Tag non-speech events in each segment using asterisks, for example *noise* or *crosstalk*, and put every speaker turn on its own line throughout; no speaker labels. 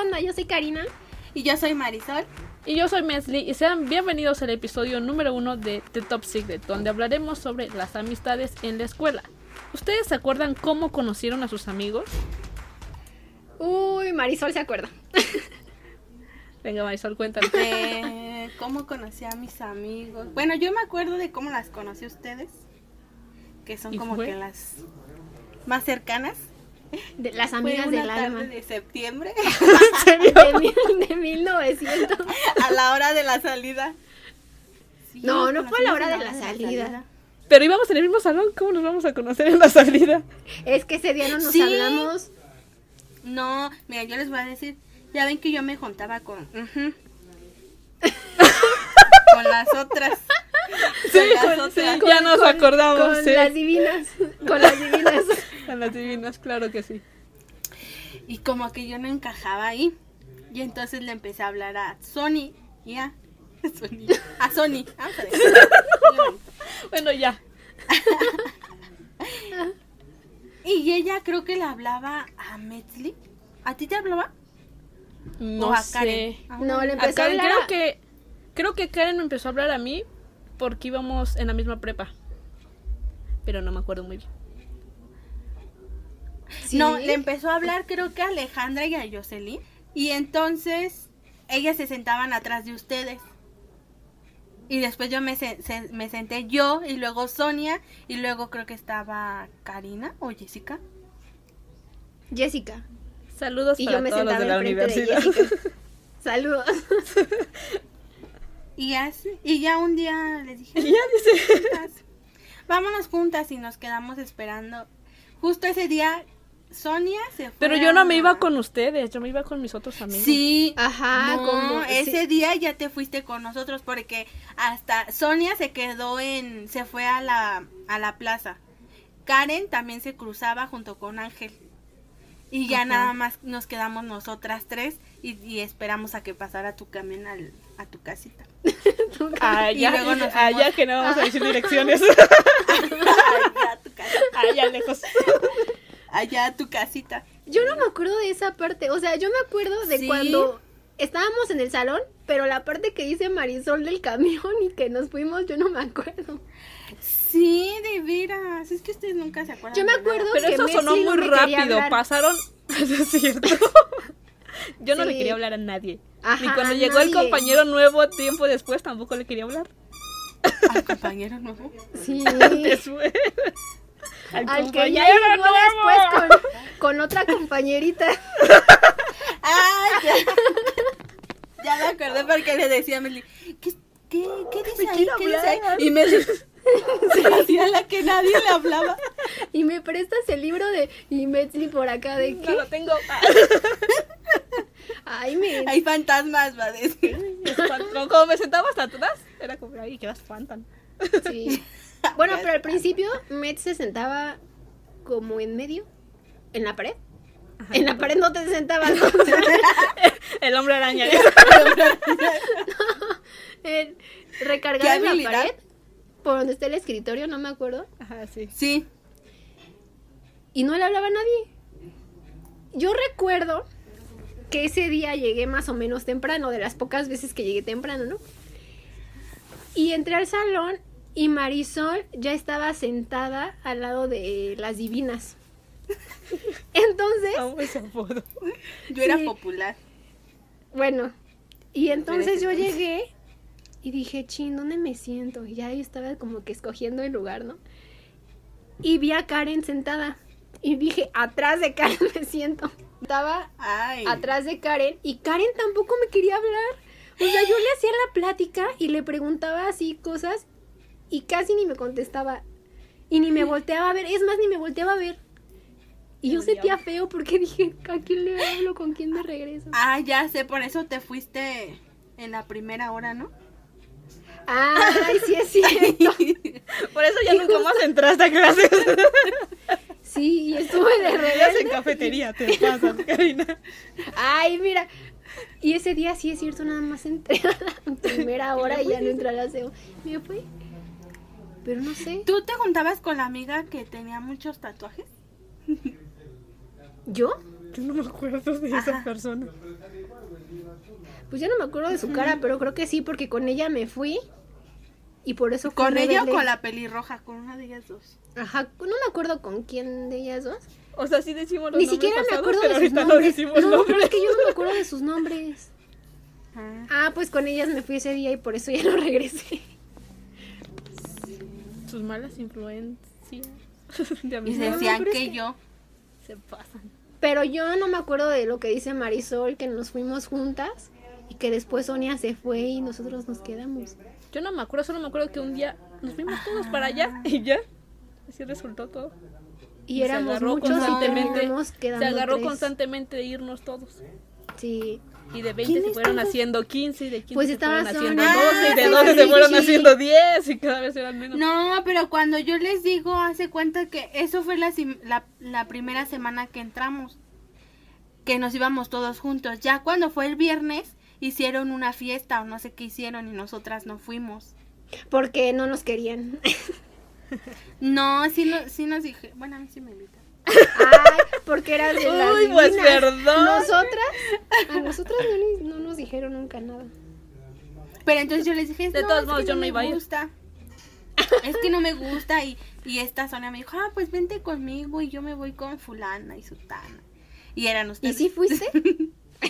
onda? Yo soy Karina.
Y yo soy Marisol.
Y yo soy Mesli y sean bienvenidos al episodio número uno de The Top Secret, donde hablaremos sobre las amistades en la escuela. ¿Ustedes se acuerdan cómo conocieron a sus amigos?
Uy, Marisol se acuerda.
Venga, Marisol, cuéntanos.
*laughs*
Eh, ¿Cómo conocí a mis amigos? Bueno, yo me acuerdo de cómo las conocí a ustedes, que son
¿Y
como
fue?
que las más cercanas.
*laughs* De las
Fue
amigas
una
del
tarde
alma.
de septiembre
*laughs*
¿En serio?
De, mil- de 1900.
a la hora de la salida. Sí,
*laughs* No,
nos
no fue a la
conocimos
hora de la salida.
Pero íbamos en el mismo salón, ¿cómo nos vamos a conocer en
*laughs*
la salida?
Es que ese día no nos
Sí.
hablamos.
No, mira, yo les voy a decir, ya ven que yo me juntaba con
*laughs*
ujú, con las otras. con las
con-
otras.
sí, ya nos acordamos.
Con
sí.
las divinas. Con las *laughs* divinas.
Con las divinas, claro que sí.
Y como que yo no encajaba ahí. Y entonces le empecé a hablar a Sony y a *laughs* Sony. A Sony. vamos a decir.
Bueno, ya.
Y ella creo que le hablaba a Metzli. ¿A ti te hablaba?
No
o a Karen.
sé.
Ah,
No, le
A
empezó a
Karen,
hablar.
creo
a-
que, creo que Karen me empezó a hablar a mí porque íbamos en la misma prepa. Pero no me acuerdo muy bien.
Sí.
No, le empezó a hablar creo que a Alejandra y a Jocelyn. Y entonces ellas se sentaban atrás de ustedes. Y después yo me, sen- se- me senté yo y luego Sonia y luego creo que estaba Karina o Jessica.
Jessica.
Saludos
Y
para
yo me
todos los
sentaba
de la
enfrente de
universidad.
Jessica. *laughs* Saludos.
Y, así- y ya un día les dije,
Y ya
*laughs*
dice.
juntas. Vámonos juntas y nos quedamos esperando. Justo ese día Sonia se fue.
Pero yo no me
a-
iba con ustedes, yo me iba con mis otros amigos.
Sí.
Ajá,
no,
como-
ese
sí.
día ya te fuiste con nosotros porque hasta Sonia se quedó en se fue a la a la plaza. Karen también se cruzaba junto con Ángel. Y ya
Ajá.
nada más nos quedamos nosotras tres y, y esperamos a que pasara tu camión al- a tu casita. *laughs* Y
Allá,
luego nos
allá
fuimos.
ah, que no vamos a decir
*laughs*
direcciones.
allá a tu casa,
allá lejos.
allá a tu casita.
Yo no me acuerdo de esa parte. O sea, yo me acuerdo de
Sí.
cuando estábamos en el salón, pero la parte que dice Marisol del camión y que nos fuimos, yo no me acuerdo.
Sí, de veras. Es que ustedes nunca se acuerdan.
Yo me
de nada.
acuerdo
Pero
que
eso
Messi no
sonó muy
me quería
rápido.
hablar.
Pasaron. *laughs* Es
*laughs*
cierto. Yo no le
Sí.
quería hablar a nadie. Ni
Ajá,
cuando
a
llegó el
nadie.
compañero nuevo tiempo después tampoco le quería hablar.
Al compañero nuevo.
Sí.
Después.
*laughs*
Al,
Al que ya
compañero
llegó
*laughs* nuevo.
después con, con otra compañerita.
Ah, *laughs* ya. ya me acordé porque le decía a Meli, ¿qué, qué, qué dice
Me
ahí?
quiero
¿Qué dice ahí?
hablar. *laughs*
Y Meli se hacía la que nadie le hablaba.
Y me prestas el libro de y Messi por acá de
No
que
lo tengo. Ah,
ay me
Hay fantasmas, va a decir.
espanto. Como me sentaba hasta atrás, era como, ay, que las espantan.
sí. Bueno, pero al principio Met se sentaba como en medio, en la pared. En la pared no *laughs* te sentabas. o sea,
El
*laughs*
hombre araña.
el-
¿Qué
recargado en la
habilidad?
pared por donde está el escritorio, no me acuerdo,
Ajá, sí.
Sí,
y no le hablaba a nadie. Yo recuerdo que ese día llegué más o menos temprano, de las pocas veces que llegué temprano, ¿no? Y entré al salón y Marisol ya estaba sentada al lado de las divinas. *laughs* Entonces,
Amo ese apodo.
yo era
Sí.
popular.
Bueno, y entonces yo
entonces.
llegué y dije, chin, ¿dónde me siento? Y ya yo estaba como que escogiendo el lugar, ¿no? Y vi a Karen sentada. Y dije, atrás de Karen *laughs* me siento. Estaba
Ay.
atrás de Karen y Karen tampoco me quería hablar. O sea, yo le hacía la plática y le preguntaba así cosas y casi ni me contestaba. Y ni me volteaba a ver. Es más, ni me volteaba a ver. Y yo
Te
sentía
odiaba.
feo porque dije, ¿a quién le hablo? ¿Con quién me regreso?
Ah, ya sé, por eso te fuiste en la primera hora, ¿no?
Ay, sí es cierto.
Por eso ya nunca más entraste a clases. *laughs*
Sí, y estuve de
Estudias en
rebelde.
cafetería, te pasas, Karina.
Ay, mira. Y ese día sí es cierto, nada más entré a la primera hora y ya no entré a la SEO. Me fui. Pero no sé.
¿Tú te juntabas con la amiga que tenía muchos tatuajes?
¿Yo?
Yo no me acuerdo de esa persona.
Pues ya no me acuerdo de su cara, pero creo que sí, porque con ella me fui. Y por eso fui
¿Con ella o
rebelde.
con la pelirroja? Con una de ellas dos.
Ajá, no me acuerdo con quién de ellas dos.
O sea, sí decimos los
Ni
nombres
siquiera me
pasados,
acuerdo de
pero
sus
ahorita no
nombres.
decimos
no, pero
nombres.
es
*laughs*
que yo no me acuerdo de sus nombres. Ah, pues con ellas me fui ese día y por eso ya no regresé.
Sus malas influencias *laughs*
Y
de
No,
amistad
decían
pero es
que
que-
yo.
se pasan.
Pero yo no me acuerdo de lo que dice Marisol, que nos fuimos juntas y que después Sonia se fue y nosotros nos quedamos.
Yo no me acuerdo, solo me acuerdo que un día nos fuimos todos para allá y ya. Así resultó todo.
Y,
se
éramos
agarró
muchos y
constantemente-
terminamos quedando
Se agarró
tres.
constantemente de irnos todos.
Sí.
Y de 20
¿Quiénes
se fueron
todos?
haciendo 15 y de 15
Pues
se
estaba
fueron haciendo
Sonia.
12 y
Ah,
de
sí,
12
sí,
se
sí,
fueron
sí.
haciendo 10 y cada vez eran menos.
No, pero cuando yo les digo, hace cuenta que eso fue la, sim- la, la primera semana que entramos, que nos íbamos todos juntos. Ya cuando fue el viernes, hicieron una fiesta o no sé qué hicieron y nosotras no fuimos.
Porque no nos
*laughs*
querían.
No, sí, no, sí nos dije, bueno, a mí sí me invitan.
Ay, porque eran de las
Uy, pues,
divinas.
perdón.
Nosotras, a nosotras no, ni- no nos dijeron nunca nada.
Pero entonces yo les dije,
De
no,
todos
es
modos,
que
yo no
me
iba a ir.
gusta. Es que no me gusta y, y esta zona me dijo, ah, pues vente conmigo y yo me voy con fulana y sutana. Y eran
¿Y
ustedes.
sí fuiste? *laughs*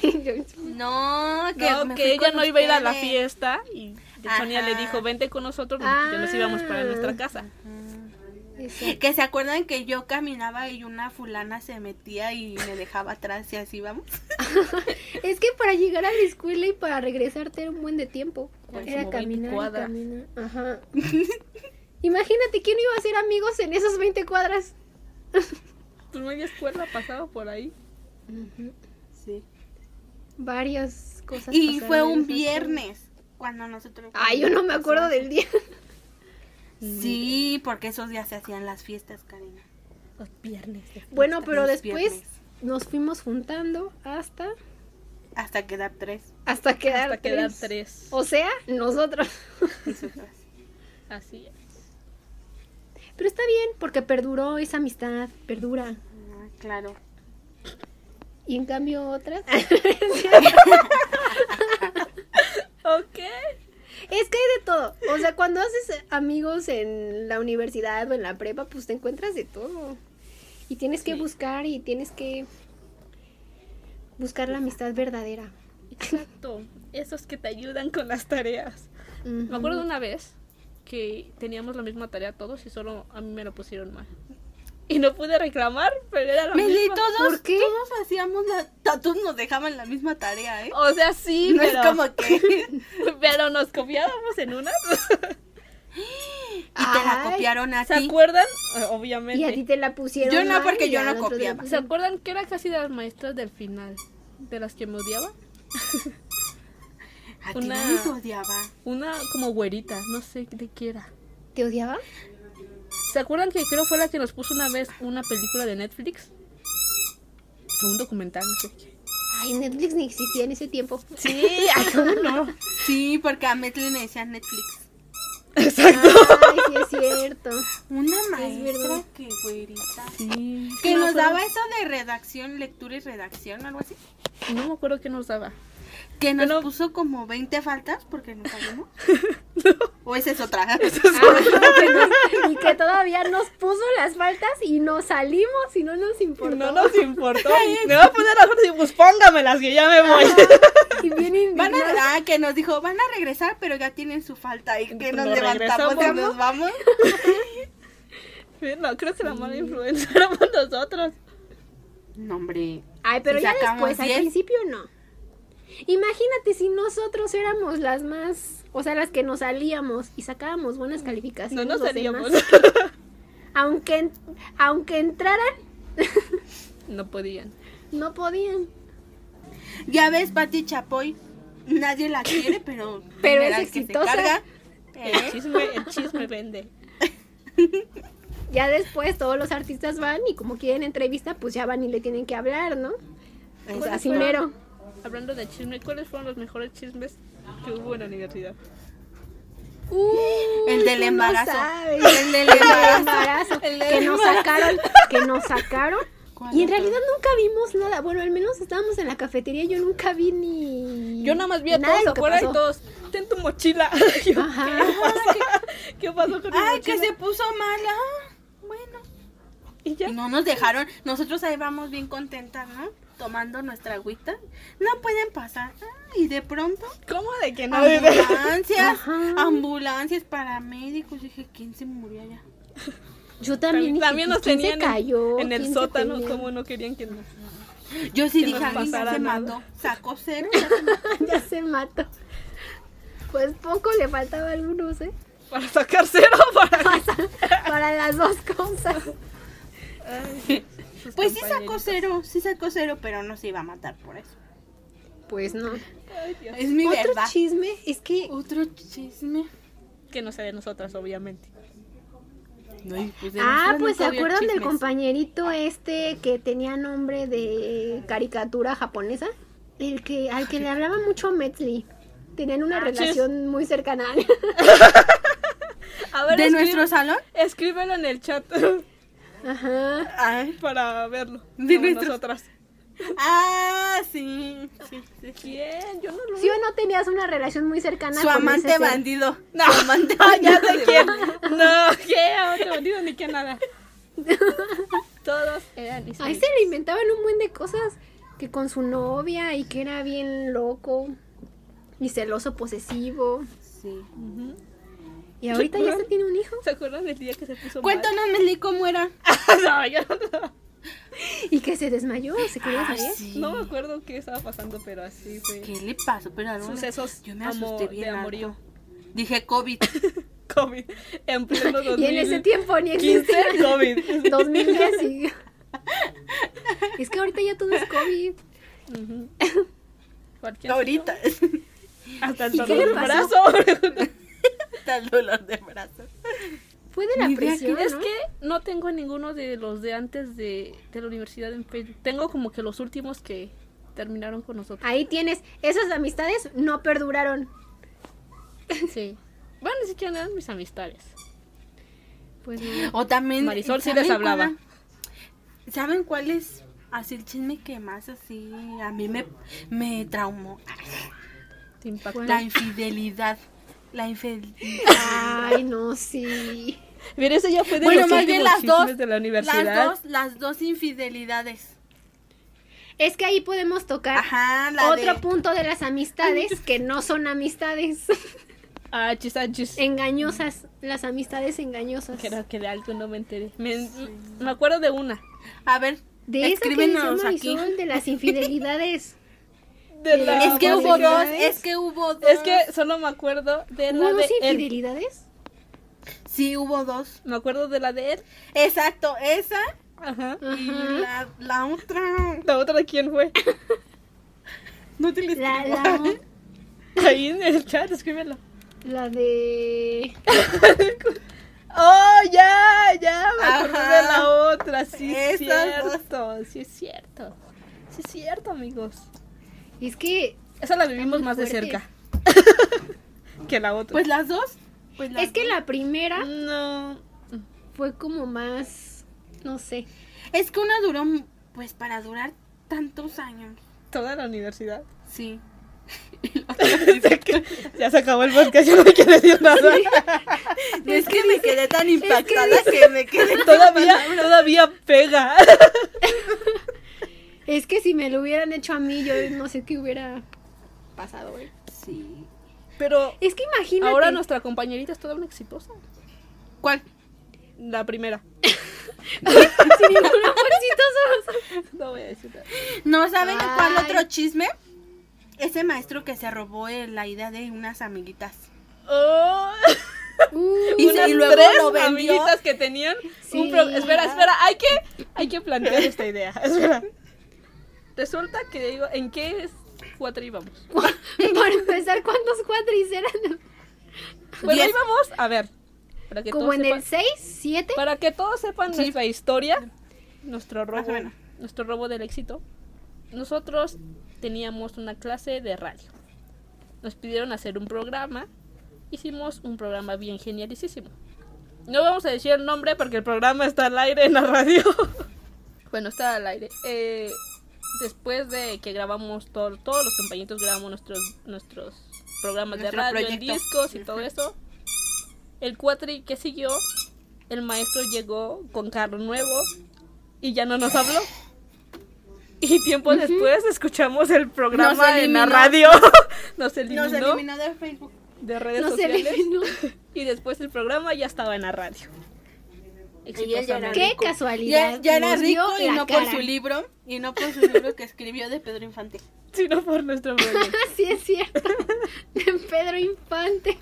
Yo-
No, que,
No,
me
que
fui
ella
con
no iba a ir a la
ustedes.
fiesta y Sonia le
Ajá.
dijo, vente con nosotros porque ya nos íbamos para
Ah.
nuestra casa.
Ese-
Que se acuerdan que yo caminaba y una fulana se metía y me dejaba atrás y así vamos.
Es que para llegar a la escuela y para regresarte era un buen de tiempo.
Pues,
era
como 20
caminar, y
cuadras.
caminar. Ajá. *laughs* Imagínate quién iba a ser amigos en esas 20 cuadras.
Tu media Pues escuela pasaba por ahí.
Varias cosas.
Y
pasaron
fue
en
un
esas
viernes cuando nosotros.
cuadras. Ay, yo no me acuerdo del día.
Sí, porque esos días se hacían las fiestas, Karina.
Los viernes.
*laughs* Bueno, pero
Los
después
viernes.
nos fuimos juntando hasta
Hasta quedar tres.
hasta quedar,
Hasta quedar
tres.
tres.
O sea, nosotros. *laughs*
nosotras.
Así es.
Pero está bien porque perduró esa amistad, perdura.
Ah, claro.
Y en cambio otras.
Ok.
Es que hay de todo. O sea, cuando haces amigos en la universidad o en la prepa, pues te encuentras de todo. Y tienes que buscar y tienes que buscar la amistad verdadera.
Exacto. Esos que te ayudan con las tareas. Me acuerdo de una vez que teníamos la misma tarea todos y solo a mí me la pusieron mal. Y no pude reclamar, pero era la
Meli,
misma.
todos,
¿Por qué?
todos hacíamos la. ta- Todos nos dejaban la misma tarea, ¿eh?
O sea, sí,
no
pero,
es como que. y
*laughs* pero nos copiábamos en una.
te la
Ay.
copiaron *laughs* a
¿Se
ti.
acuerdan? Eh,
Y a ti
Obviamente.
te la pusieron.
Yo no,
mal
porque
y
yo
a
no
nosotros la
copiaba.
¿Se
pusieron.
acuerdan que era casi de las maestras del final? De las que me odiaba.
A ti
Una-
nadie te odiaba.
Una como güerita, no sé de qué era.
¿Te odiaba?
¿Se acuerdan que creo fue la que nos puso una vez una película de Netflix? O un documental, no sé qué.
Ay, Netflix ni existía en ese tiempo.
Sí, ¿cómo no?
Sí, porque a Metli me decían Netflix.
Exacto.
Ay, sí es cierto.
Una
verdad.
maestra que güerita.
Sí.
Que
No me
nos
acuerdo-
daba eso de redacción, lectura y redacción, algo así.
No me acuerdo qué nos daba.
Que nos
Pero-
puso como 20 faltas porque no
*laughs*
sabemos. O esa *laughs* es otra.
Ah,
y que todavía nos puso las faltas y nos salimos y no nos importó.
No nos importó. me va a poner las fotos y pues póngamelas que ya me voy. *laughs*
Y bien
Van a,
indignados.
ah, que nos dijo, van a regresar, pero ya tienen su falta. Y que nos
Nos
levantamos y
regresamos,
nos
¿no? *laughs*
vamos.
No, creo que la mala influencia éramos nosotros.
No, hombre.
Ay, pero
Si
ya
sacamos
después, al
10.
principio no. Imagínate si nosotros éramos las más, o sea, las que nos salíamos y sacábamos buenas
No
calificaciones.
nos
los
*laughs* salíamos.
demás, aunque, en- aunque entraran,
No podían.
no podían.
Ya ves, Pati Chapoy. Nadie la quiere, pero.
Pero es
verás que se
exitosa.
carga.
El chisme, el chisme vende.
Ya después todos los artistas van y como quieren entrevista, pues ya van y le tienen que hablar, ¿no?
Pues
Pues así
fueron?
mero.
Hablando de chisme, ¿cuáles fueron los mejores chismes que hubo en la universidad?
El del
tú no
embarazo.
sabes.
*laughs* El
*laughs*
del
El
embarazo.
embarazo.
El del
que nos
embarazo.
sacaron, que nos sacaron
cual.
Y en realidad nunca vimos nada. Bueno, al menos estábamos en la cafetería. Yo nunca vi ni.
Yo nada más vi a
nada de
todos
lo que
afuera y
pasó.
todos. Ten tu mochila. *laughs* Yo,
Ajá. Ah,
¿Qué pasó? ¿Qué pasó con mi
Ay, que
mochila?
se puso mala. Bueno.
Y ya.
Y no nos dejaron. Nosotros ahí vamos bien contentas, ¿no? Tomando nuestra agüita. No pueden pasar. Ah, y de pronto.
¿Cómo Ah, de que no?
Ambulancias,
Ajá.
ambulancias, paramédicos. Yo dije, ¿quién se murió allá?
Yo también. dije,
También nos
"¿Quién
tenían
se
en-
cayó?
en el
¿Quién se
sótano,
peleó?" *laughs*
como no querían que nos.
Yo sí
Que
dije,
no
alguien ya
pasara
se
nada".
mató. Sacó cero.
ya se mató. Pues poco le faltaba a algunos, ¿eh? *laughs*
Para sacar cero, para.
Para las dos cosas.
Sus
Pues sí sacó
compañeritos.
cero, sí sacó cero, pero no se iba a matar por eso.
Pues no.
Ay, Dios.
Es mi
Otro
verdad.
chisme es que
Otro chisme.
Que no sea de nosotras, obviamente.
Ah, pues se acuerdan del
compañero.
compañerito este que tenía nombre de caricatura japonesa, el que al que le hablaba mucho Metzli. Tenían una
Ah, sí.
relación muy cercana. *laughs*
A ver,
¿De
escribe-
nuestro salón?
Escríbelo en el chat *laughs*
Ajá.
Ay.
para verlo.
De
como
nuestro-
nosotras.
Ah, sí. sí, sí, sí.
¿Quién? Yo no lo
¿Sí o no tenías una relación muy cercana
Su
con ese
amante
ser?
bandido.
No,
Su amante
*laughs* Ah, ya
bandido.
sé quién. No, qué otro bandido ni qué
*laughs*
nada. Todos eran mis
Ahí
amigos.
se le inventaban un buen de cosas que con su novia y que era bien loco y celoso posesivo.
Sí.
Ujú.
Y ahorita ya se tiene un hijo.
¿Se acuerdan del día que se puso
Cuéntanos, Meli, cómo era.
mal? *laughs* no, yo no,
Y que se desmayó, se quería desmayar.
no me acuerdo qué estaba pasando, pero así fue.
¿Qué le pasó? Pero algo me-
Sucesos
Yo me
amo-
asusté
de
bien.
amorío.
harto. Dije
*laughs*
COVID.
COVID. En pleno 2015,
*laughs* Y en ese tiempo ni existía.
COVID.
2010
*laughs*
y... Es que ahorita ya todo es COVID. *laughs*
Ujú. Cualquier-
Ahorita. *laughs*
Hasta el
¿Y qué le
dolor del
pasó?
brazo.
Está el dolor de brazos.
Fue de la
Ni idea
presión,
Es
¿no?
que no tengo ninguno de los de antes de, de la universidad en Facebook. Tengo como que los últimos que terminaron
*laughs*
con nosotros.
Ahí tienes, esas amistades no perduraron.
Sí. Bueno, ni siquiera eran mis amistades. Pues no.
*laughs* O también.
Marisol sí
¿saben
les hablaba.
cuál era- ¿Saben cuál es así el chisme que más así a mí me, me traumó?
Te impactó.
La infidelidad. La infidelidad.
Ay, no, sí.
Mira, eso ya fue de
Bueno,
los
más bien
últimos
las dos.
chismes de la universidad.
Las dos, las dos infidelidades.
Es que ahí podemos
Ah,
tocar
Ajá, la
otro
de-
punto de las amistades que no son
*laughs*
amistades
Ah, chis, ah, chis.
engañosas, las amistades engañosas.
Creo que de algo no me enteré. Me, me acuerdo de una.
A ver,
De eso que dice
escríbenos aquí.
Marisol, de las
*laughs*
infidelidades.
De
la-
Es que hubo dos,
infidelidades.
es que hubo dos.
Ah, ¿eh? Es que solo me acuerdo de la
¿Hubo
de
dos
él.
infidelidades?
Sí, hubo dos.
Me acuerdo de la de él.
Exacto, esa
Ajá.
y
Ajá.
la, la otra.
La otra,
*laughs*
¿quién fue?
No te les
La,
escribo.
la,
Ahí en el chat, escríbelo.
la de...
Oh, ya, ya, me
Ajá.
acordé de la otra, sí es
Esas dos.
cierto, sí es cierto, sí es cierto, amigos.
Es que
Esa la vivimos
muy
más de
fuerte.
cerca *laughs* que la otra.
Pues las dos. Pues las
es que la primera
no,
fue como más, no sé.
Es que una duró, pues para durar tantos años.
toda la universidad. *laughs*
Sí.
Ya se acabó el podcast, ya no quiero decir nada.
*laughs* Es que me quedé tan
impactada
que, me quedé
*laughs* *laughs* Todavía, todavía *laughs* pega.
Es que si me lo hubieran hecho a mí, yo no sé qué hubiera pasado, ¿eh?
*laughs* Sí.
Pero
Es que imagínate.
ahora nuestra compañerita es toda una exitosa.
¿Cuál?
La primera.
*laughs* sin ninguna
*laughs*
bolsita, somos-
*laughs* No voy a decir nada.
¿No saben
Ay.
cuál otro chisme? Ese maestro que se robó eh, la idea de unas amiguitas.
Oh. *laughs*
Uh,
Y-
unas
luego
tres
lo vendió.
amiguitas que tenían
Sí.
un pro- espera espera hay que hay que plantear esta idea *laughs* espera resulta que digo en qué es cuatro íbamos
Uh, *laughs* Para empezar, ¿cuántos cuatris eran?
bueno
Diez.
ahí vamos a ver para que
Como
todos
en el
sepan,
6, 7.
para que todos sepan
Sí.
nuestra historia nuestro
Más o
robo
menos.
nuestro robo del éxito nosotros teníamos una clase de radio nos pidieron hacer un programa hicimos un programa bien genialicísimo no vamos a decir el nombre porque el programa está al aire en la radio *laughs* Bueno, está al aire. Eh, después de que grabamos todo- todos los compañeros grabamos nuestros, nuestros programas
Nuestro
de radio, en
proyecto.
discos y todo
Ujú.
eso, el cuatri que siguió, el maestro llegó con carro nuevo y ya no nos habló. Y tiempo después escuchamos el programa en la
eliminó.
radio. *laughs* Nos eliminó,
Nos eliminó de Facebook.
de redes
Nos *laughs*
sociales.
eliminó.
Y después el programa ya estaba en la radio.
Y él ya era
Qué
*laughs*
rico.
casualidad.
Ya, ya era
nos
rico
dio
y
la
no
cara.
por su libro. Y no por su libro que escribió de Pedro Infante. *laughs*
Sino por
*laughs*
nuestro proyecto.
*laughs* Ah, sí, es cierto. De Pedro Infante.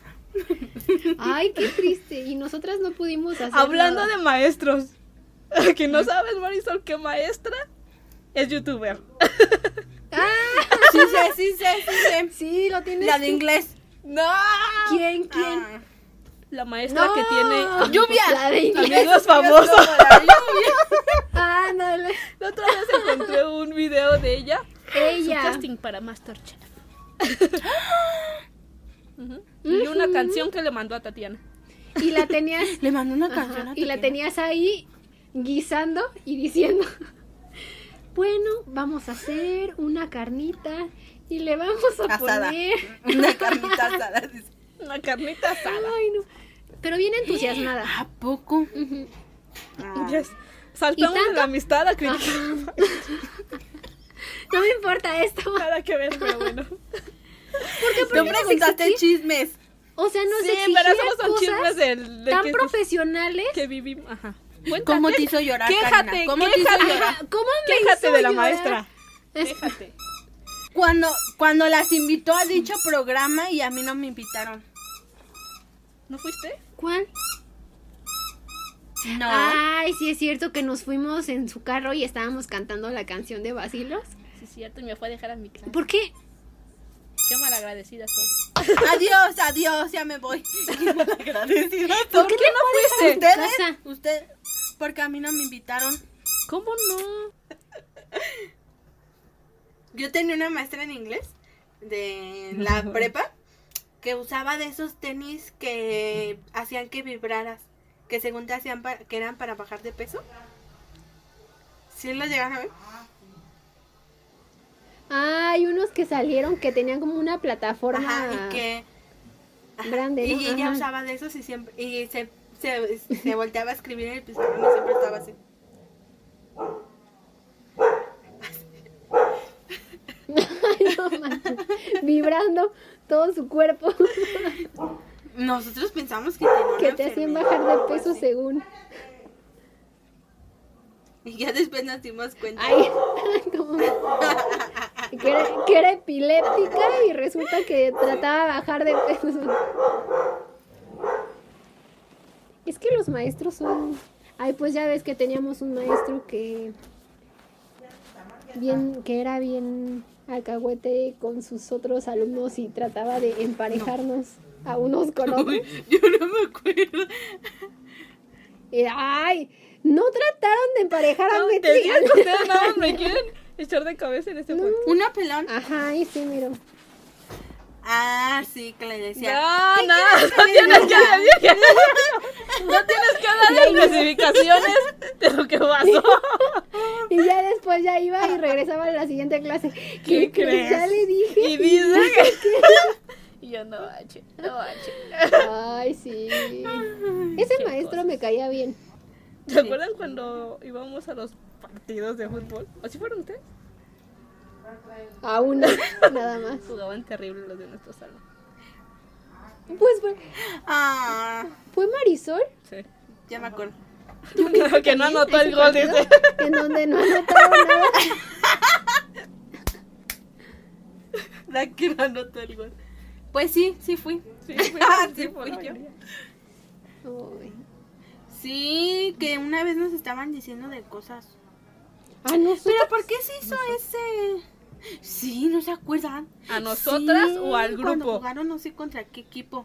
Ay, qué triste. Y nosotras no pudimos hacer
Hablando
nada.
de maestros, *laughs* que no sabes, Marisol, que maestra es youtuber. *laughs*
¡Ah! *laughs*
Sí, sé, sí, sé, sí, sé.
Sí, lo tienes.
La de
que-
inglés.
¡No!
¿Quién? ¿Quién?
Ah.
La maestra
No.
que
*laughs*
tiene
¡Lluvia!
La de inglés.
amigos
Dios,
famosos.
como la lluvia.
Ándale.
*laughs* La otra vez encontré un video de ella. Su
Ella.
casting para Masterchef. Ujú. Y una canción que le mandó a Tatiana.
Y la tenías.
*laughs*
*laughs*
Le mandó una canción
Ajá,
a
y la
Tatiana.
tenías ahí guisando y diciendo, bueno, vamos a hacer una carnita y le vamos a
Asada.
poner...
*laughs* Una carnita asada. dice.
Una carnita asada.
Ay, no. Pero bien entusiasmada.
*laughs*
¿A poco?
Ujú.
Ah.
Yes. Saltamos de
tanto?
la amistad a criticar.
No me importa esto.
*laughs* Nada que ver,
*laughs*
pero bueno.
Porque
Tú
nos
preguntaste
exigí-
chismes.
O sea, nos
sí,
exigía
pero esos son
cosas
chismes del, de
tan
que,
profesionales.
que vivimos. Ajá.
¿Cómo te hizo llorar,
Quéjate,
Karina? ¿Cómo te
quéjate.
hizo llorar?
Ajá, ¿Cómo me
Quéjate
hizo
de la
llorar?
maestra.
Es-
Quéjate.
Cuando, cuando las invitó a dicho programa y a mí no me invitaron.
¿No fuiste?
¿Cuál?
No.
Ay, sí es cierto que nos fuimos en su carro y estábamos cantando la canción de Basilos.
Sí, es cierto, y me fue a dejar a mi clase.
¿Por qué?
Qué malagradecida soy.
Adiós, adiós, ya me
*laughs*
voy. Qué malagradecida
¿Por qué
soy.
no fuiste?
¿Ustedes?
Casa.
¿Usted? Porque a mí no me invitaron.
¿Cómo no?
Yo tenía una maestra en inglés de la prepa que usaba de esos tenis que hacían que vibraras, que según te hacían pa- que eran para bajar de peso. ¿Sí los llegaron a ver?
Hay unos que salieron que tenían como una plataforma
Ajá, y que ajá,
grande,
y
¿no?
ella
Ajá.
usaba de esos y siempre y se, se, se volteaba a escribir en el pizarrón y siempre estaba así.
*laughs* Ay, no manches. vibrando todo su
*laughs*
cuerpo
Nosotros pensamos que tenía una
que te hacían
enfermedad
bajar
o algo
de peso
así.
según.
Y ya después nos dimos cuenta. *laughs*
Ay, *laughs* como *laughs* que era, que era epiléptica y resulta que trataba de bajar de peso. Es que los maestros son. Ay, pues ya ves que teníamos un maestro que bien, que era bien alcahuete con sus otros alumnos y trataba de emparejarnos a unos con otros.
Yo no me acuerdo.
Eh, Ay, no trataron de emparejar a
No,
mi
te digo
tía.
que ustedes nada más me quieren echar de cabeza en este podcast.
Una pelón.
*laughs* Ajá, y sí, miro.
Ah, sí, que le decía.
No, no, no tienes que decir que- *laughs* no tienes que dar especificaciones de lo que pasó.
Y ya después ya iba y regresaba a la siguiente clase.
*laughs*
¿Qué
¿Qué
crees? Ya
crees?
le dije.
Y dice que... *laughs* Y yo no, bache, no, bache.
Ay, sí. Ese maestro me caía bien.
¿Se acuerdan cuando íbamos a los partidos de fútbol? ¿Así fueron ustedes?
A una, nada más.
Jugaban terrible los de nuestro salón.
Pues fue,
Ah,
fue Marisol.
Sí.
ya me acuerdo.
que *laughs* no anotó el
ese
gol,
partido
dice.
En donde no anotaron nada.
La que no anotó el gol. Pues sí, sí fui.
*laughs* Sí, *laughs*
Ah,
fue,
sí,
sí, fue
fui
yo.
yo.
Ay.
Sí, que una vez nos estaban diciendo de cosas.
A nosotros.
Pero ¿por qué se hizo ese? Sí, no se acuerdan.
¿A nosotras
Sí,
o al
Cuando
grupo?
jugaron no sé contra qué equipo.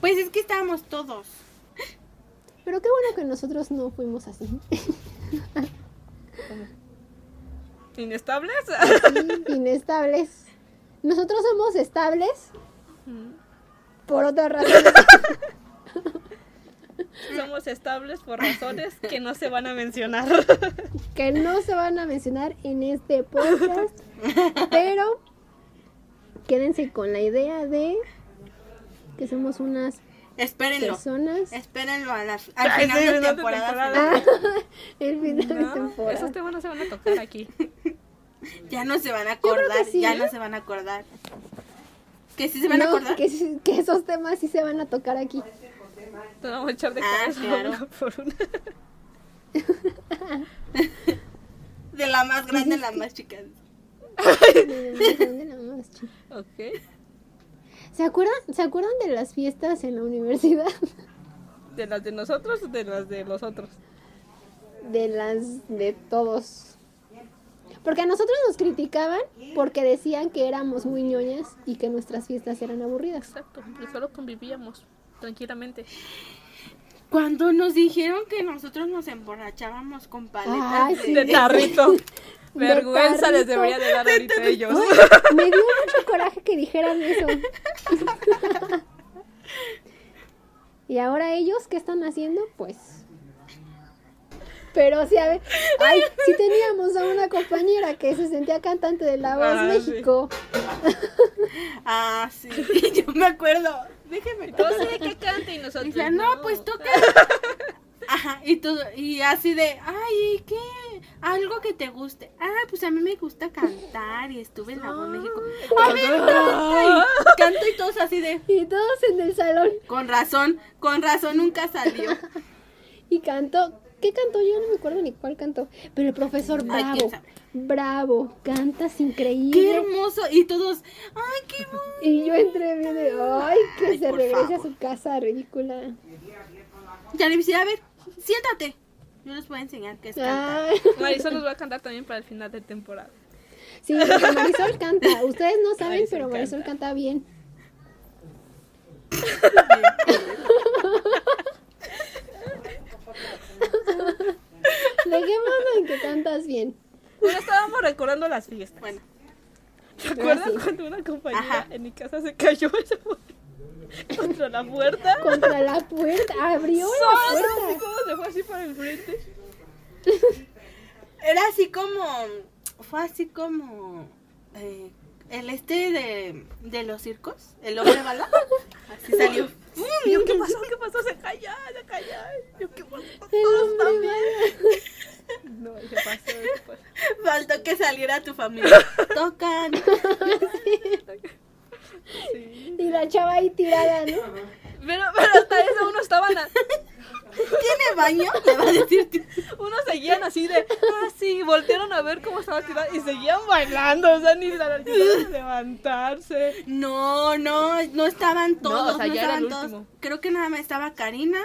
Pues es que estábamos todos.
Pero qué bueno que nosotros no fuimos así.
¿Inestables? *laughs*
Sí, Inestables. Nosotros somos estables por otra razón.
Somos estables por razones que no se van a mencionar.
que no se van a mencionar en este podcast, pero quédense con la idea de que somos unas
Espérenlo.
personas.
Espérenlo a la- al
Ay,
final
sí,
de
no te
temporada.
temporada.
*laughs* el final de
No,
temporada.
esos temas no se van a tocar aquí.
Ya no se van a
creo que
acordar.
sí,
Ya
¿eh?
no se van a acordar. ¿Que sí se van a
No,
acordar?
que, sí- que esos temas sí se van a tocar aquí.
Te vamos a echar de
Ah,
cabeza
claro.
una por una.
De la más grande a la más chica.
Ok.
¿Se acuerdan, ¿Se acuerdan de las fiestas en la universidad?
¿De las de nosotros o de las de los otros?
De las de todos. Porque a nosotros nos criticaban porque decían que éramos muy ñoñas y que nuestras fiestas eran aburridas.
Exacto. Y solo convivíamos tranquilamente.
Cuando nos dijeron que nosotros nos emborrachábamos con paletas.
Ay,
de-
sí.
De tarrito.
De
Vergüenza les
tarrito.
debería de dar ahorita a ellos.
Ay, me dio mucho coraje que dijeran eso. y ahora ellos, ¿qué están haciendo? Pues. Pero sí, a ver. Ay, sí teníamos a una compañera que se sentía cantante de La Voz
Ah, sí.
México.
*laughs* Ah, *laughs* sí. Yo me acuerdo. Déjeme.
No sé qué canta y nosotros.
Decía, no, pues *laughs* toca. Ajá, y todo, y así de, ay, ¿y ¿qué? Algo que te guste. Ah, pues a mí me gusta cantar y estuve en la voz México. A ver, canta y, canto y todos así de,
Y todos en el salón.
con razón, con razón nunca salió. *laughs*
Y cantó. ¿Qué cantó? Yo no me acuerdo ni cuál cantó. Pero el profesor,
Ay, quién
bravo.
sabe.
Bravo. Cantas
Qué
increíble.
hermoso. Y todos, ay, qué bonito.
Y yo entré medio. Ay, que
Ay,
se
por
regrese a
favor.
su casa, ridícula.
Ya le decía, a ver, siéntate. Yo les voy a enseñar
Ah.
qué es cantar.
Ay.
*laughs* Marisol nos va a cantar también para el final de temporada.
Sí, porque Marisol canta. Ustedes no saben,
Marisol
pero Marisol canta, bien. Dejémoslo en que cantas bien.
Bueno, estábamos recordando las fiestas.
Bueno,
¿Te acuerdas
sí.
cuando una compañera
Ajá.
en mi casa se cayó esa- *laughs* contra la puerta?
Contra la puerta. Abrió
¡Sas!
la
Así
puerta.
como se fue así para el frente.
era así como, fue así como, eh, el este de, de los circos, el hombre bala. Así salió.
Y yo, ¿qué pasó? ¿Qué pasó? Se cayó, se cayó. Y Yo, ¿qué pasó?
El hombre
No, se pasó después.
Faltó que saliera tu familia. Tocan.
Sí.
va- Y la chava ahí tirada, ¿no?
Pero, pero hasta eso uno estaban, a-
¿Tiene baño? Te va a decir. tu-
uno seguían así de, ah, sí, voltearon a ver cómo estaba tirada y seguían bailando, o sea, ni se alcanzaron a levantarse.
No, no, no estaban todos. No,
o sea, ya era
estaban
el
todos.
último.
Creo que nada más estaba Karina.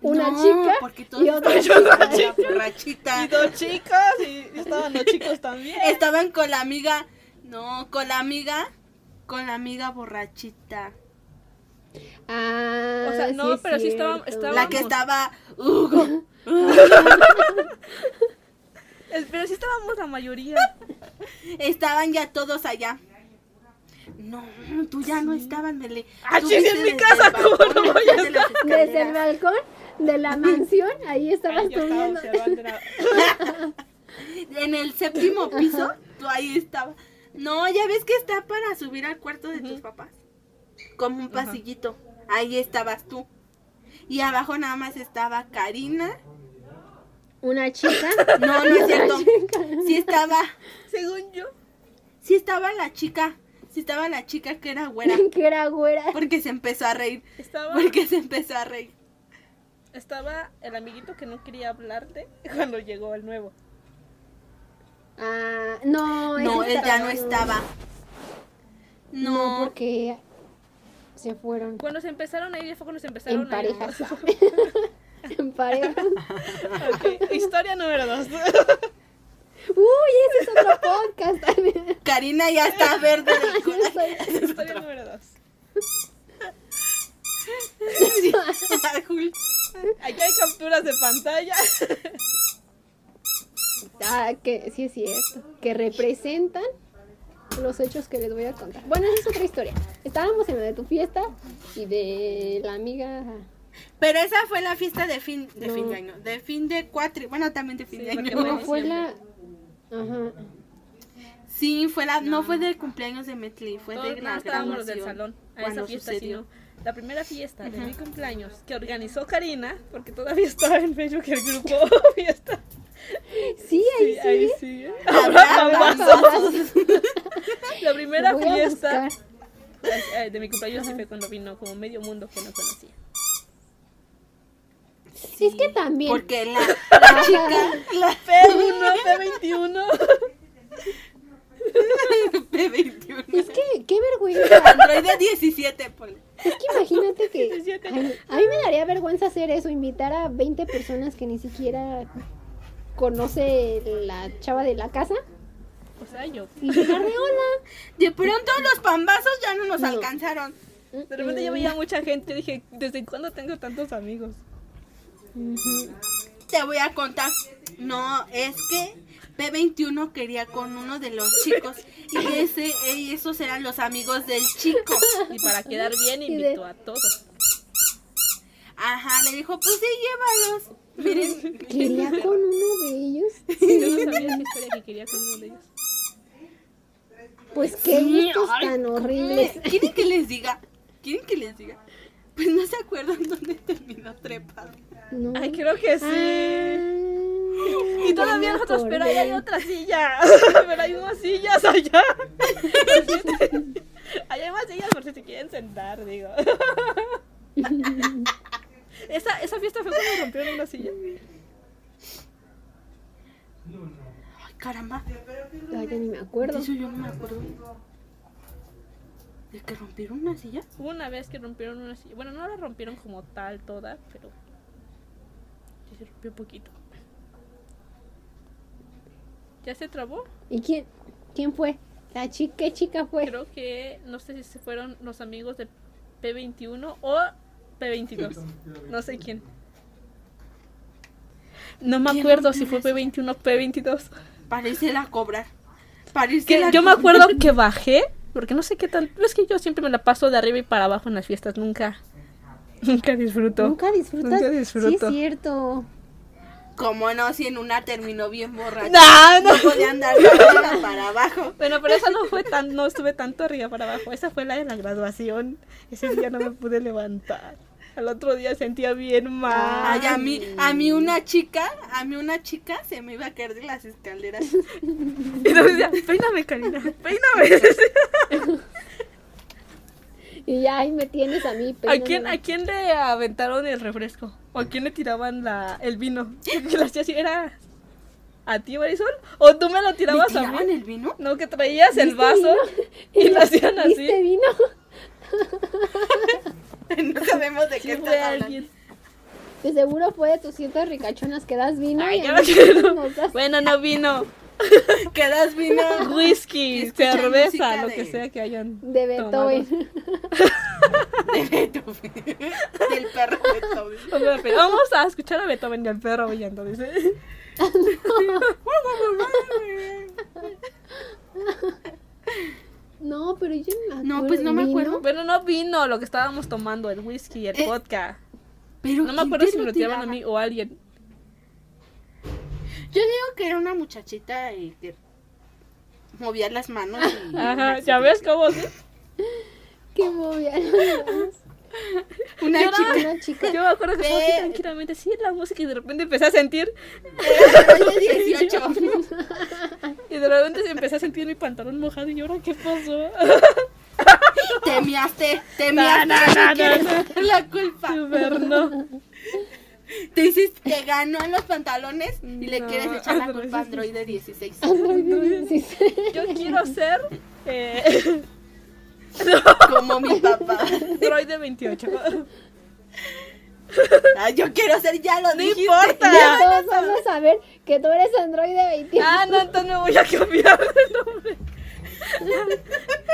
Una
No, porque
chica
todos
y otra
estaban
chica.
con la borrachita.
Y dos chicas, y estaban los chicos también.
Estaban con la amiga. No, con la amiga. Con la amiga borrachita.
Ah,
O sea, no,
es
pero sí estaba-
cierto.
estaba-
La que estaba. Hugo.
Es- Pero sí estábamos la mayoría.
Estaban ya todos allá. No, tú ya no estabas, Mele.
Ah,
Tú
chis, en
viste
mi
desde
casa,
el
¿cómo
balcón,
no voy a
desde las
Desde el
escaleras.
balcón de la mansión, ahí estabas
Ay,
tú
yo estaba
viendo.
observando la-
En el séptimo piso, tú ahí estaba. No, ya ves que está para subir al cuarto de tus papás. Como un pasillito. Ahí estabas tú. Y abajo nada más estaba Karina.
Una chica.
No, no es
*laughs*
cierto. Sí estaba,
Según yo.
sí estaba la chica. Sí estaba la chica que era
*laughs*
güera.
que era güera.
Porque se empezó a reír.
Estaba,
Porque se empezó a reír.
estaba el amiguito que no quería hablarte *laughs* cuando llegó el nuevo.
Ah, no,
No,
ese
él ya no
estaba-
estaba.
No,
No,
porque se fueron
Cuando se empezaron a ir, fue cuando se empezaron
en
a ir.
parejas. *laughs* en parejas.
*laughs* Ok, Historia
*laughs*
número dos.
Uy, ese es otro podcast también.
Karina ya está verde.
*laughs*
del
Yo
coraje.
soy-
Historia número dos.
Jul.
Aquí hay capturas de pantalla.
Ah, que sí es cierto. Que representan los hechos que les voy a contar. Bueno, esa es otra historia. Estábamos en la de tu fiesta y de la amiga
Pero esa fue la fiesta de fin de,
No.
fin de año, de fin de cuatri, bueno, también de fin
Ah, Sí,
de
porque
año.
bueno,
No, fue la. Ajá.
Sí, fue la, no, fue del cumpleaños de Metli,
Pues
fue de
Todos
la
no, estábamos los del
graduación,
salón. A
cuando
esa fiesta sí,
sucedió.
no. La primera fiesta de mi cumpleaños que organizó Karina, porque todavía estaba en Facebook el grupo *laughs* fiesta.
Sí, ahí
Sí,
sí.
ahí sí.
*laughs*
Habrá abrazos.
La primera
Voy a
fiesta
buscar.
eh, de mi cumpleaños sí fue cuando vino como medio mundo que no conocía.
Es que también.
Porque la,
*laughs*
la chica, la
P1, P21.
*laughs* P21.
Es que, qué vergüenza.
Android de 17, ponle.
Es que imagínate
*laughs*
que.
17.
ay, a mí me daría vergüenza hacer eso, invitar a 20 personas que ni siquiera conoce la chava de la casa.
O sea, yo.
Y dejarme hola.
De pronto los pambazos ya no nos
No.
alcanzaron.
*laughs* De repente yo *laughs* veía mucha gente y dije, ¿desde cuándo tengo tantos amigos?
Ujú.
Te voy a contar. No, es que P21 quería con uno de los chicos y ese eh, y esos eran los amigos del chico.
Y para quedar bien
Y de-
invitó a todos.
Ajá, le dijo, pues sí, llévalos.
*laughs*
Miren,
Quería con uno de ellos.
Yo no sabía esa historia que quería con uno de ellos.
Pues qué
Sí,
gustos
ay,
tan
¿cómo
horribles.
le- Eh, ¿Quieren que les diga? ¿Quieren que les diga? Pues no se acuerdan *laughs* dónde terminó trepado.
No.
Ay, creo que sí.
Ah,
Y
ya
todavía
me
nosotros, pero ahí hay
acordé.
otra silla. *laughs* Pero hay más sillas *laughs* allá. Ahí hay más sillas por si se quieren sentar,
*laughs*
digo. Esa, esa fiesta fue cuando rompieron una silla.
Ay, caramba.
Ay, ya ni me acuerdo.
Eso yo no me acuerdo. ¿De que rompieron una silla?
Hubo una vez que rompieron una silla. Bueno, no la rompieron como tal toda, pero. sí se rompió poquito. ¿Ya se trabó?
¿Y quién, quién fue? La chica, ¿qué chica fue?
Creo que no sé si se fueron los amigos de P21 o P22. No sé quién. No me acuerdo si fue P21 o P22.
Parece la cobrar. Parece
Que
la
yo me
cobrar. *laughs*
acuerdo que bajé, porque no sé qué tal. Es que yo siempre me la paso de arriba y para abajo en las fiestas. Nunca. Nunca disfruto.
Nunca disfrutas.
Nunca
Sí,
disfruto.
es cierto.
Como no, si en una terminó bien borracha.
No, no.
No podía andar para arriba, para abajo.
Bueno, pero esa no fue tan, no estuve tanto arriba para abajo. Esa fue la de la graduación. Ese día no me pude levantar. Al otro día sentía bien mal.
Ay, a mí, a mí una chica, a mí una chica se me iba a caer de las
*laughs*
escaleras.
Y entonces decía, peíname, Karina, peíname.
Y ya ahí me tienes a mí.
¿A
pero *laughs*
quién,
no-
¿A quién le aventaron el refresco? ¿O a quién le tiraban la, el vino? Que las hacía así, ¿Era a ti, Marisol? ¿O tú me lo
¿Le
tirabas a
tiraban
mí?
el
*laughs*
vino? *laughs*
No, que traías el
¿Viste
vaso
vino?
*laughs* y lo hacían
*laughs* ¿Viste
así.
vino?
No sabemos de qué
Sí,
estás
fue
hablando.
alguien.
De seguro fue de tus cientos ricachonas que das vino.
Ay,
y
ya
a
me
nosotros
acuerdo.
nos das-
Bueno, no vino.
Quedas vino. *laughs*
Whisky,
Escucha
cerveza,
música
lo
de-
que sea que hayan.
De Beethoven.
De Beethoven. *laughs* Del perro Beethoven.
tomado. Vamos a escuchar a Beethoven y al perro brillando, dice.
*laughs* No, pero yo no me acuerdo.
No, pues no me
¿Vino?
acuerdo.
Bueno, no vino lo que estábamos tomando, el whisky, el
Eh,
vodka.
Pero
No me
¿quién
acuerdo
te
si me lo tiraban a
tiraba?
mí o a alguien.
Yo digo que era una muchachita y que movía las manos.
*laughs*
y-
Ajá, ya ves cómo ¿eh? sí.
Qué movida.
*laughs*
Una
Yo nada *laughs*
chica.
Una chica.
Yo me acuerdo que estaba
Ve.
aquí tranquilamente, sí, la música y de repente empecé a sentir,
de 18.
*laughs* y de repente se empecé a sentir mi pantalón mojado y yo, ahora qué pasó.
Te miaste, te
*laughs* No,
miaste.
no, no,
no quieres
no,
tener La culpa.
Super, no.
Te hiciste, te ganó en los pantalones y le
No,
quieres echar
*laughs*
la
Android
culpa a
16.
Android de 16.
Yo quiero ser eh, *laughs*
Como mi
*laughs*
papá.
Droid de 28.
Ah, yo quiero ser, ya lo
No
dijiste.
importa.
Ya todos vamos a saber que tú eres androide 21.
Ah, no, entonces me voy a cambiar de nombre.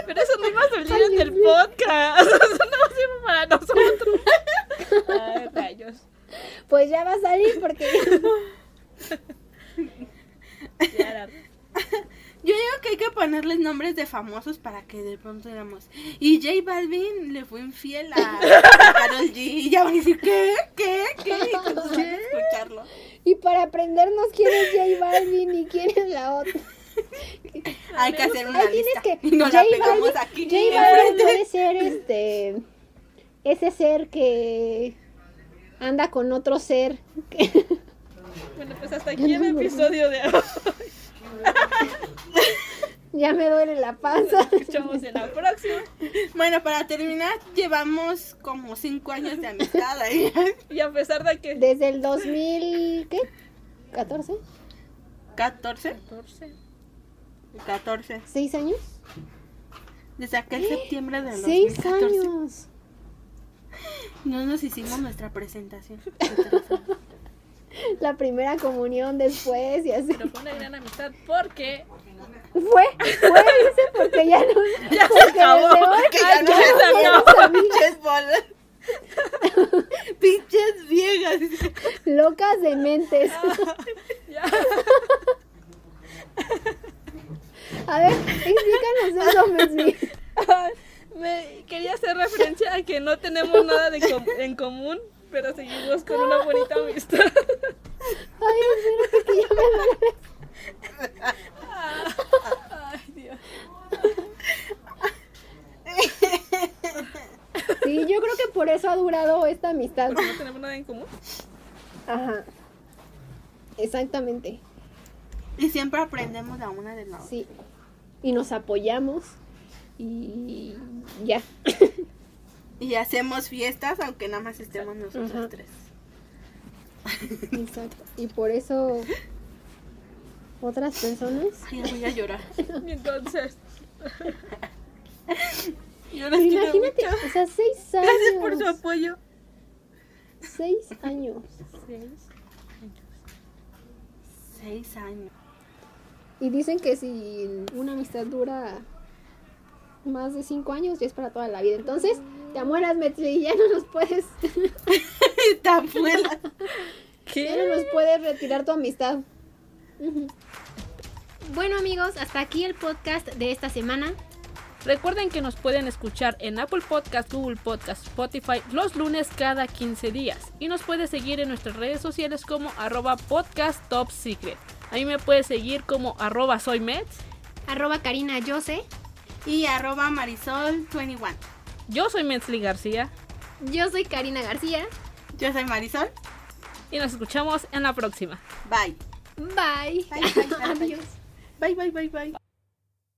Pero eso no iba a salir en el podcast. *laughs* Eso no sirve para nosotros. Ay, rayos.
Pues ya va a salir
*laughs*
porque *laughs*
Ya era-
Yo digo que hay que ponerles nombres de famosos para que de pronto digamos, y J Balvin le fue infiel a Carol G. Y ya van a decir, ¿qué? ¿Qué? ¿Qué? Y entonces van a escucharlo.
Y para aprendernos quién es J Balvin y quién es la otra.
Hay que hacer una
Ahí
lista.
tienes que.
Y nos la pegamos
Balvin-
aquí.
J Balvin
enfrente.
puede ser este. Ese ser que anda con otro ser. que- *laughs*
Bueno, pues hasta aquí el episodio de hoy.
ya me duele la panza.
Nos escuchamos en la próxima.
Bueno, para terminar, llevamos como cinco años de amistad *laughs* ahí.
Y a pesar de que.
Desde el 2000. ¿Qué? ¿14?
¿14?
14.
14.
¿6 años?
Desde aquel septiembre del
6
2014.
años.
No nos hicimos nuestra presentación.
La primera comunión después y así.
Pero fue una gran amistad porque.
Fue, fue, dice, porque ya
*laughs*
no.
¡Ya se
porque
acabó!
desde hoy-
Que ya
Ay,
no
ya se
se
acabó.
*laughs* Pinches *laughs* bolas. Pinches viejas.
Locas de
*laughs*
mentes.
Ya.
A ver, explícanos eso,
*laughs*
Messi.
Me quería hacer referencia a que no tenemos nada de com- en común, pero seguimos con una bonita amistad.
Ay, espérate que ya me duele.
Ay, Dios.
Sí, yo creo que por eso ha durado esta amistad.
Porque no tenemos nada en común.
Ajá. Exactamente.
Y siempre aprendemos la una de la otra.
Sí. Y nos apoyamos. Y ya.
Y hacemos fiestas, aunque nada más estemos nosotros
Ajá.
tres.
Exacto. Y por eso otras personas
Ay, ya voy a llorar.
Y entonces.
Yo las quiero
Imagínate,
mucho.
o sea, seis años.
Gracias por
Pues,
su apoyo.
Seis años.
Seis años.
Y dicen que si una amistad dura más de cinco años, ya es para toda la vida. Entonces, te mueras, Metli, y ya no nos puedes,
Tan buena.
ya no nos puedes retirar tu amistad. Bueno amigos, hasta aquí el podcast de esta semana.
Recuerden que nos pueden escuchar en Apple Podcast, Google Podcast, Spotify los lunes cada 15 días. Y nos puedes seguir en nuestras redes sociales como arroba podcast top secret. A mí me puedes seguir como arroba soy Mets.
Arroba Karina Yose.
Y arroba Marisol21.
Yo soy Metzli García
Yo soy Karina García.
Yo soy Marisol.
y nos escuchamos en la próxima.
Bye.
Bye.
Bye, bye, bye,
*laughs*
bye.
Adiós.
Bye, bye, bye, bye.